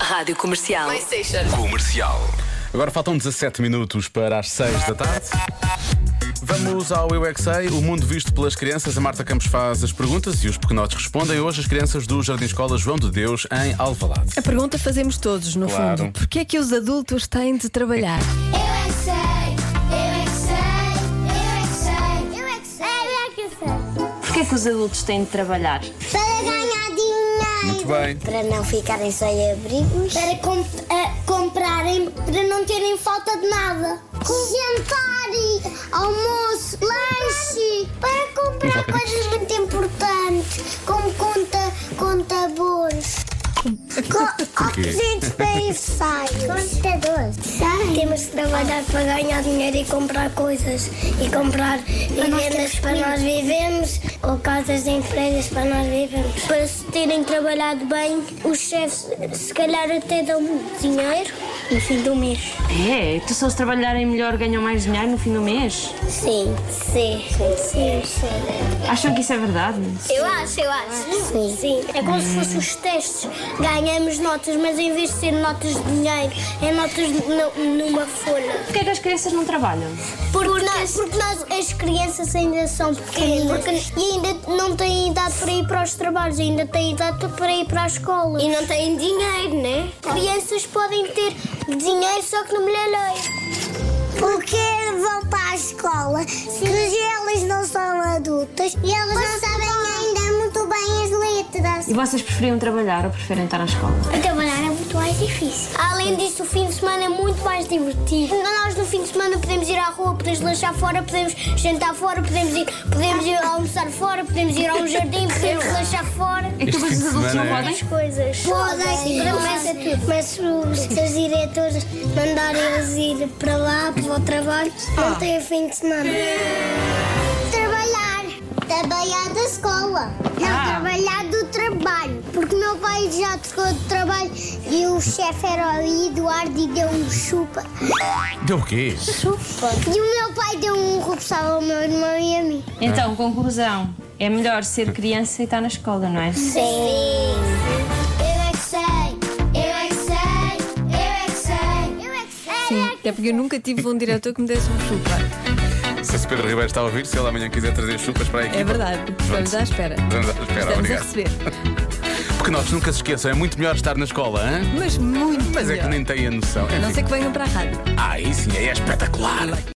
Rádio Comercial. PlayStation. Comercial. Agora faltam 17 minutos para as 6 da tarde. Vamos ao Eu é Que Sei, o mundo visto pelas crianças. A Marta Campos faz as perguntas e os pequenotes respondem. Hoje as crianças do Jardim Escola João de Deus em Alvalade. A pergunta fazemos todos, no Claro. fundo. Porquê é que os adultos têm de trabalhar? Eu é que sei, eu é que sei, eu é que sei, eu é que sei, eu é que sei. Porquê é que os adultos têm de trabalhar? Para ganhar dinheiro. Muito bem. Para não ficarem sem abrigos. Para eh, comprarem, para não terem falta de nada. Jantar, almoço, lanche. Para comprar coisas muito importantes, como conta, contadores. Co presentes para aniversários. Computadores. Temos de trabalhar para ganhar dinheiro e comprar coisas. E comprar vivendas para nós vivemos, ou casas de empresas para nós vivemos. Para se terem trabalhado bem, os chefes se calhar até dão dinheiro no fim do mês. É, tu se eles trabalharem melhor ganham mais dinheiro no fim do mês. Sim, sim, sim, sim. Acham que isso é verdade? Eu acho, eu acho. Sim. É como se fossem os testes. Ganhamos notas, mas em vez de ser notas de dinheiro, é notas numa folha. Porquê é que as crianças não trabalham? Porque, porque nós, as crianças ainda são pequenas e ainda não têm idade para ir para os trabalhos, ainda têm idade para ir para a escola. E não têm dinheiro, né? Crianças podem ter dinheiro só que no melhoreiro. Porque vão é para a escola, se elas não são adultas e elas não sabem ainda muito bem as letras. E vocês preferiam trabalhar ou preferem estar na escola? Trabalhar é muito mais difícil. Além disso, o fim de semana é muito mais divertido. Nós no fim de semana podemos ir à rua, podemos lanchar fora, podemos jantar fora, podemos ir, podemos ir almoçar fora, podemos ir a um jardim, podemos lanchar fora. É que Este depois os fim de adultos não semana é- podem? Coisas. Podem, promessa tudo. Mas se os seus diretores mandarem eles ir para lá, para o trabalho, não têm fim de semana. Trabalhar. Trabalhar da escola. Não, trabalhar do trabalho. Porque meu pai já trocou de trabalho e o chefe era o Eduardo e deu um chupa. é- Deu o quê? Chupa? E o meu pai deu um rupsal ao meu irmão e a mim. Então, conclusão. É melhor ser criança e estar na escola, não é? Sim. Eu é que sei. Eu é que sei. Eu é que sei. Eu é que sei. Sim, até porque eu nunca tive um diretor que me desse um chupa. Se esse Pedro Ribeiro está a ouvir, se ele amanhã quiser trazer chupas para a equipa. É verdade. Estamos à espera. Estamos à espera, Estamos a obrigado. receber. Pequenotes, nunca se esqueçam, é muito melhor estar na escola, hein? Mas muito Mas é que melhor. nem têm a noção. É assim, A não Enfim. ser que venham para a rádio. Ah, isso é espetacular.